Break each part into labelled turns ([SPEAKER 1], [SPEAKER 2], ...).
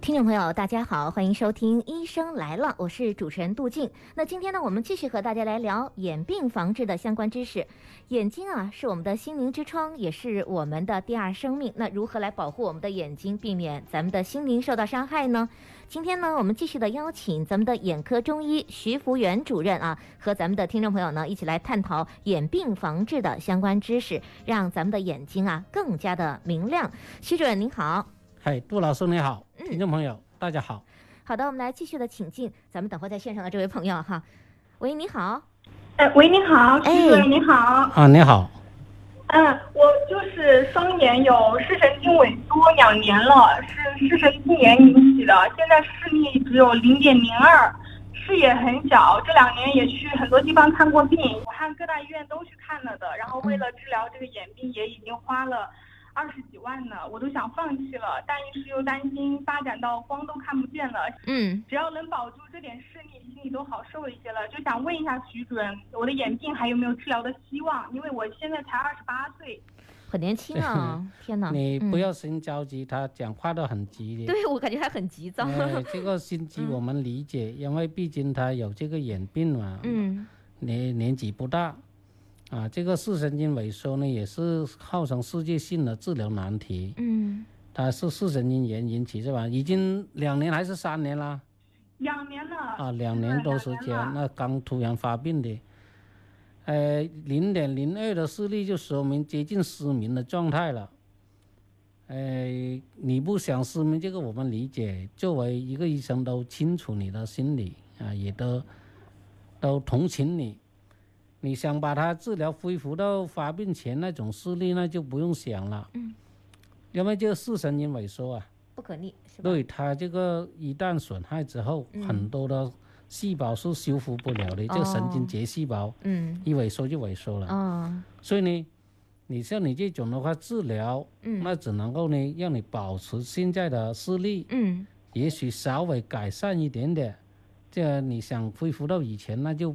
[SPEAKER 1] 听众朋友，大家好，欢迎收听《医生来了》，我是主持人杜静。那今天呢，我们继续和大家来聊眼病防治的相关知识。眼睛啊，是我们的心灵之窗，也是我们的第二生命。那如何来保护我们的眼睛，避免咱们的心灵受到伤害呢？今天呢，我们继续的邀请咱们的眼科中医徐福元主任啊，和咱们的听众朋友呢，一起来探讨眼病防治的相关知识，让咱们的眼睛啊更加的明亮。徐主任您好。
[SPEAKER 2] 嗨，杜老师你好，
[SPEAKER 1] 嗯
[SPEAKER 2] 听众朋友、大家好。
[SPEAKER 1] 好的，我们来继续的请进咱们等会在线上的这位朋友哈。喂，你好。
[SPEAKER 3] 哎，喂，你好，徐主
[SPEAKER 1] 哎
[SPEAKER 3] 任，你好。
[SPEAKER 2] 啊，你好，
[SPEAKER 3] 嗯，我就是双眼有视神经萎缩两年了，是视神经炎引起的，现在视力只有零点零二，视野很小。这两年也去很多地方看过病，武汉各大医院都去看了的。然后为了治疗这个眼病，也已经花了二十几万呢，我都想放弃了，但一时又担心发展到光都看不见了，
[SPEAKER 1] 嗯，
[SPEAKER 3] 只要能保住这点视力，心里都好受一些了。就想问一下徐主任，我的眼病还有没有治疗的希望？因为我现在才二十八岁。
[SPEAKER 1] 很年轻 啊，天哪！
[SPEAKER 2] 你
[SPEAKER 1] 嗯
[SPEAKER 2] 不要心焦急，他讲话都很急的。
[SPEAKER 1] 对嗯我感觉他很急躁。
[SPEAKER 2] 呃，这个 心急我们理解，因为毕竟他有这个眼病嘛，
[SPEAKER 1] 嗯
[SPEAKER 2] 年年纪不大，啊，这个视神经萎缩呢也是号称世界性的治疗难题，
[SPEAKER 1] 嗯，
[SPEAKER 2] 它是视神经炎引起是吧？已经两年还是三年啦？
[SPEAKER 3] 两年了
[SPEAKER 2] 啊，两年多时间，
[SPEAKER 3] 两年了
[SPEAKER 2] 那刚突然发病的，呃，零点零二的视力就说明接近失明的状态了。呃，你不想失明，这个我们理解，作为一个医生都清楚你的心理啊，也都都同情你。你想把它治疗恢复到发病前那种视力，那就不用想了。
[SPEAKER 1] 嗯。
[SPEAKER 2] 因为这个视神经萎缩啊，
[SPEAKER 1] 不可逆是吧？嗯
[SPEAKER 2] 对它这个一旦损害之后，很多的细胞是修复不了的，这个神
[SPEAKER 1] 哦
[SPEAKER 2] 经节细胞
[SPEAKER 1] 嗯
[SPEAKER 2] 一萎缩就萎缩了。
[SPEAKER 1] 啊
[SPEAKER 2] 所以呢，你像你这种的话治疗，
[SPEAKER 1] 嗯
[SPEAKER 2] 那只能够呢让你保持现在的视力，
[SPEAKER 1] 嗯
[SPEAKER 2] 也许稍微改善一点点。这你想恢复到以前，那就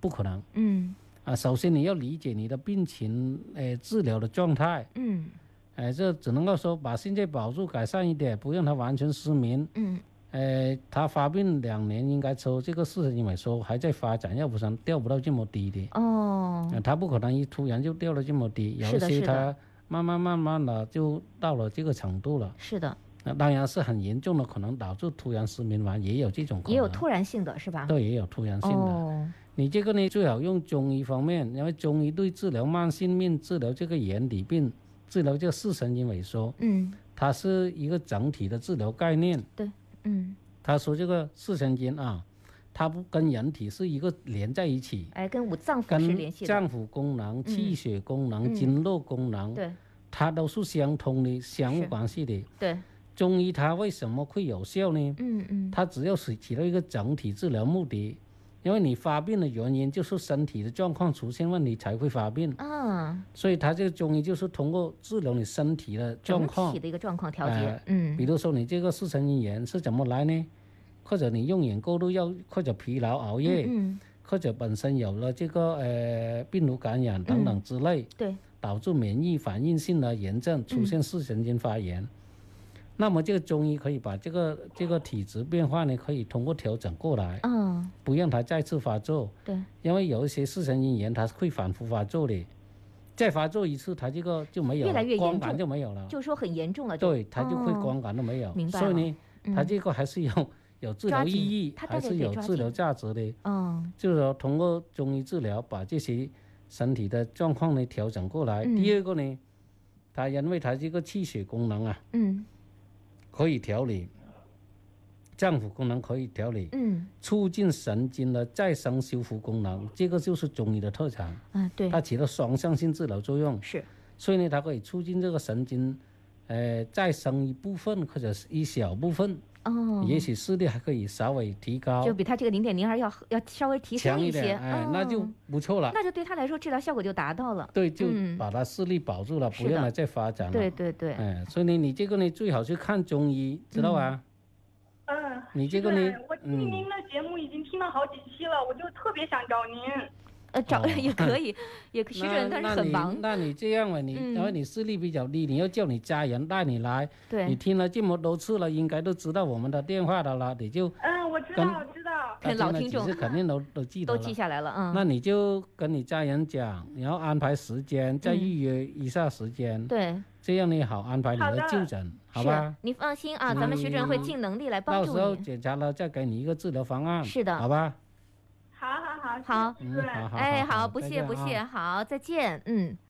[SPEAKER 2] 不可能
[SPEAKER 1] 嗯
[SPEAKER 2] 啊。首先你要理解你的病情，呃，治疗的状态，
[SPEAKER 1] 嗯
[SPEAKER 2] 呃，这只能够说把现在保住，改善一点，不让它完全失明。
[SPEAKER 1] 嗯
[SPEAKER 2] 呃，他发病两年，应该说这个事情因为说还在发展，要不然掉不到这么低的。
[SPEAKER 1] 哦
[SPEAKER 2] 呃，他不可能一突然就掉了这么低，有
[SPEAKER 1] 是
[SPEAKER 2] 一
[SPEAKER 1] 的
[SPEAKER 2] 些
[SPEAKER 1] 是的
[SPEAKER 2] 他慢慢慢慢的就到了这个程度了。
[SPEAKER 1] 是的，
[SPEAKER 2] 那当然是很严重的，可能导致突然失明完，也有这种可能。
[SPEAKER 1] 也有突然性的是吧？
[SPEAKER 2] 对，也有突然性的。
[SPEAKER 1] 哦
[SPEAKER 2] 你这个呢，最好用中医方面，因为中医对治疗慢性病、治疗这个眼底病、治疗这个视神经萎缩，
[SPEAKER 1] 嗯
[SPEAKER 2] 它是一个整体的治疗概念。
[SPEAKER 1] 嗯，
[SPEAKER 2] 他说这个视神经啊，它不跟人体是一个连在一起，
[SPEAKER 1] 哎，跟五脏腑是
[SPEAKER 2] 跟
[SPEAKER 1] 联系的，
[SPEAKER 2] 脏腑功能、气血功能、
[SPEAKER 1] 嗯
[SPEAKER 2] 经络功能，
[SPEAKER 1] 对
[SPEAKER 2] 它都是相通的、相互关系的。
[SPEAKER 1] 对，
[SPEAKER 2] 中医它为什么会有效呢？
[SPEAKER 1] 嗯嗯
[SPEAKER 2] 它只要起起到一个整体治疗目的，因为你发病的原因就是身体的状况出现问题才会发病，
[SPEAKER 1] 啊，
[SPEAKER 2] 所以它这个中医就是通过治疗你身体的状
[SPEAKER 1] 整
[SPEAKER 2] 况
[SPEAKER 1] 体，的一个状况调节
[SPEAKER 2] 哎，
[SPEAKER 1] 嗯
[SPEAKER 2] 比如说你这个视神经炎是怎么来呢？或者你用眼过度要，或者疲劳、熬夜，
[SPEAKER 1] 嗯嗯
[SPEAKER 2] 或者本身有了这个呃病毒感染等等之类，
[SPEAKER 1] 对，
[SPEAKER 2] 导致免疫反应性的炎症出现视神经发炎。那么这个中医可以把这个这个体质变化呢，可以通过调整过来，
[SPEAKER 1] 啊
[SPEAKER 2] 不让它再次发作。
[SPEAKER 1] 对，
[SPEAKER 2] 因为有一些视神经炎它是会反复发作的，再发作一次它这个就没有
[SPEAKER 1] 越来
[SPEAKER 2] 了
[SPEAKER 1] 越
[SPEAKER 2] 光
[SPEAKER 1] 严
[SPEAKER 2] 感
[SPEAKER 1] 重
[SPEAKER 2] 就没有了。
[SPEAKER 1] 就说很严重了，就嗯
[SPEAKER 2] 对，它就会
[SPEAKER 1] 哦
[SPEAKER 2] 光感都没有。
[SPEAKER 1] 明白
[SPEAKER 2] 所以
[SPEAKER 1] 了
[SPEAKER 2] 呢，它这个还是有有治
[SPEAKER 1] 抓
[SPEAKER 2] 疗意
[SPEAKER 1] 紧
[SPEAKER 2] 义，
[SPEAKER 1] 它大
[SPEAKER 2] 还
[SPEAKER 1] 概
[SPEAKER 2] 是
[SPEAKER 1] 得
[SPEAKER 2] 有
[SPEAKER 1] 抓
[SPEAKER 2] 治疗
[SPEAKER 1] 紧
[SPEAKER 2] 价值的。
[SPEAKER 1] 嗯
[SPEAKER 2] 就是说，通过中医治疗把这些身体的状况呢调整过来。
[SPEAKER 1] 嗯
[SPEAKER 2] 第二个呢，它因为它这个气血功能啊
[SPEAKER 1] 嗯
[SPEAKER 2] 可以调理，脏腑功能可以调理，
[SPEAKER 1] 嗯
[SPEAKER 2] 促进神经的再生修复功能，这个就是中医的特长，
[SPEAKER 1] 啊对，
[SPEAKER 2] 它起到双向性治疗作用。
[SPEAKER 1] 是
[SPEAKER 2] 所以呢，它可以促进这个神经，呃，再生一部分或者是一小部分
[SPEAKER 1] 哦，
[SPEAKER 2] 也许视力还可以稍微提高
[SPEAKER 1] 就，比他这个零点零二要要稍微提
[SPEAKER 2] 强
[SPEAKER 1] 升
[SPEAKER 2] 一
[SPEAKER 1] 些，
[SPEAKER 2] 点，哎，那就
[SPEAKER 1] 哦
[SPEAKER 2] 不错了。
[SPEAKER 1] 那就对他来说治疗效果就达到了。
[SPEAKER 2] 对，就
[SPEAKER 1] 嗯
[SPEAKER 2] 把它视力保住了，
[SPEAKER 1] 是
[SPEAKER 2] 不
[SPEAKER 1] 的
[SPEAKER 2] 用来再发展了。
[SPEAKER 1] 对对对，
[SPEAKER 2] 哎，所以呢，你这个呢最好去看中医，知道吧？
[SPEAKER 3] 嗯，
[SPEAKER 2] 你这个
[SPEAKER 3] 是
[SPEAKER 2] 呢
[SPEAKER 3] 我
[SPEAKER 2] 嗯
[SPEAKER 3] 听您的节目已经听了好几期了，我就特别想找您。
[SPEAKER 1] 呃，找、
[SPEAKER 2] 哦
[SPEAKER 1] 也可 以，也可徐主任，但是
[SPEAKER 2] 那那
[SPEAKER 1] 很
[SPEAKER 2] 你
[SPEAKER 1] 忙，
[SPEAKER 2] 那你这样吧，啊你
[SPEAKER 1] 嗯
[SPEAKER 2] 然后你视力比较低，你要叫你家人带你来，你
[SPEAKER 1] 对，
[SPEAKER 2] 听了这么多次了，应该都知道我们的电话的了，你就
[SPEAKER 3] 嗯，我知
[SPEAKER 2] 跟
[SPEAKER 3] 道，知道。
[SPEAKER 2] 啊
[SPEAKER 1] 老
[SPEAKER 2] 听了
[SPEAKER 1] 听
[SPEAKER 2] 几次
[SPEAKER 1] 众
[SPEAKER 2] 肯 定都都记得
[SPEAKER 1] 都
[SPEAKER 2] 了。
[SPEAKER 1] 记下来了，嗯，
[SPEAKER 2] 那你就跟你家人讲，然后安排时间，再
[SPEAKER 1] 嗯
[SPEAKER 2] 预约一下时间，
[SPEAKER 1] 对，
[SPEAKER 2] 这样你好安排你
[SPEAKER 3] 好
[SPEAKER 2] 的
[SPEAKER 3] 的
[SPEAKER 2] 就诊，好
[SPEAKER 1] 是
[SPEAKER 2] 吧？
[SPEAKER 1] 你放心啊，咱们徐主任会尽能力来帮
[SPEAKER 2] 到时候
[SPEAKER 1] 助你。
[SPEAKER 2] 检查了再给你一个治疗方案，
[SPEAKER 1] 是的
[SPEAKER 2] 好吧？
[SPEAKER 3] 好好好，
[SPEAKER 1] 好
[SPEAKER 3] 谢谢
[SPEAKER 2] 嗯
[SPEAKER 3] 主，任
[SPEAKER 2] 好好好，
[SPEAKER 1] 哎，
[SPEAKER 2] 好，
[SPEAKER 1] 不
[SPEAKER 2] 再
[SPEAKER 1] 谢
[SPEAKER 2] 见
[SPEAKER 1] 不
[SPEAKER 2] 啊
[SPEAKER 1] 谢，好，再见，嗯。